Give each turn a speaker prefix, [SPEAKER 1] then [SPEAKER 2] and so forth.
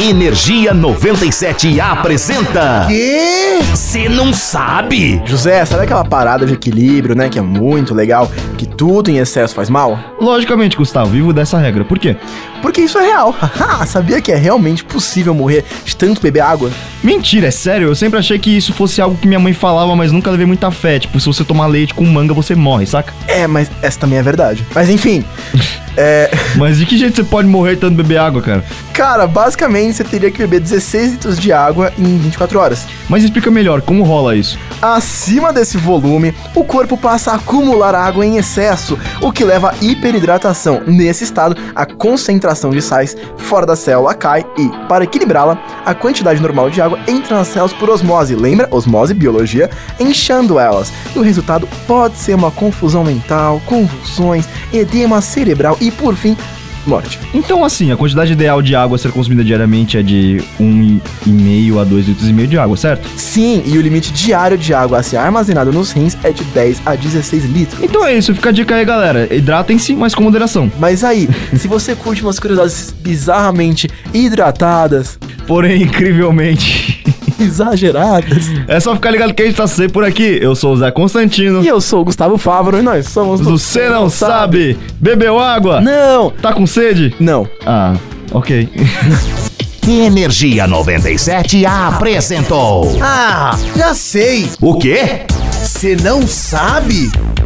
[SPEAKER 1] Energia 97 apresenta.
[SPEAKER 2] Quê?
[SPEAKER 1] Você não sabe?
[SPEAKER 2] José, sabe aquela parada de equilíbrio, né? Que é muito legal, que tudo em excesso faz mal?
[SPEAKER 3] Logicamente, Gustavo, vivo dessa regra. Por quê?
[SPEAKER 2] Porque isso é real. Haha, Sabia que é realmente possível morrer de tanto beber água?
[SPEAKER 3] Mentira, é sério. Eu sempre achei que isso fosse algo que minha mãe falava, mas nunca levei muita fé. Tipo, se você tomar leite com manga, você morre, saca?
[SPEAKER 2] É, mas essa também é verdade. Mas enfim. é,
[SPEAKER 3] Mas de que jeito você pode morrer tanto beber água, cara?
[SPEAKER 2] cara, basicamente você teria que beber 16 litros de água em 24 horas.
[SPEAKER 3] Mas explica melhor, como rola isso?
[SPEAKER 2] Acima desse volume, o corpo passa a acumular água em excesso, o que leva à hiperidratação. Nesse estado, a concentração de sais fora da célula cai e, para equilibrá-la, a quantidade normal de água entra nas células por osmose, lembra? Osmose, biologia, inchando elas. E o resultado pode ser uma confusão mental, convulsões, edema cerebral e, por fim, morte.
[SPEAKER 3] Então, assim, a quantidade ideal de água a ser consumida diariamente é de 1,5 a 2,5 litros e meio de água, certo?
[SPEAKER 2] Sim, e o limite diário de água a ser armazenada nos rins é de 10 a 16 litros.
[SPEAKER 3] Então é isso, fica a dica aí, galera. Hidratem-se, mas com moderação.
[SPEAKER 2] Mas aí, se você curte umas curiosidades bizarramente hidratadas,
[SPEAKER 3] Porém, incrivelmente.
[SPEAKER 2] exageradas.
[SPEAKER 3] É só ficar ligado que a gente tá sempre por aqui. Eu sou o Zé Constantino.
[SPEAKER 2] E eu sou o Gustavo Fávaro e nós somos do
[SPEAKER 3] Você não sabe? Bebeu água?
[SPEAKER 2] Não!
[SPEAKER 3] Tá com sede?
[SPEAKER 2] Não.
[SPEAKER 3] Ah, ok.
[SPEAKER 1] Energia 97 apresentou.
[SPEAKER 4] Ah, já sei.
[SPEAKER 1] O quê?
[SPEAKER 4] Você não sabe?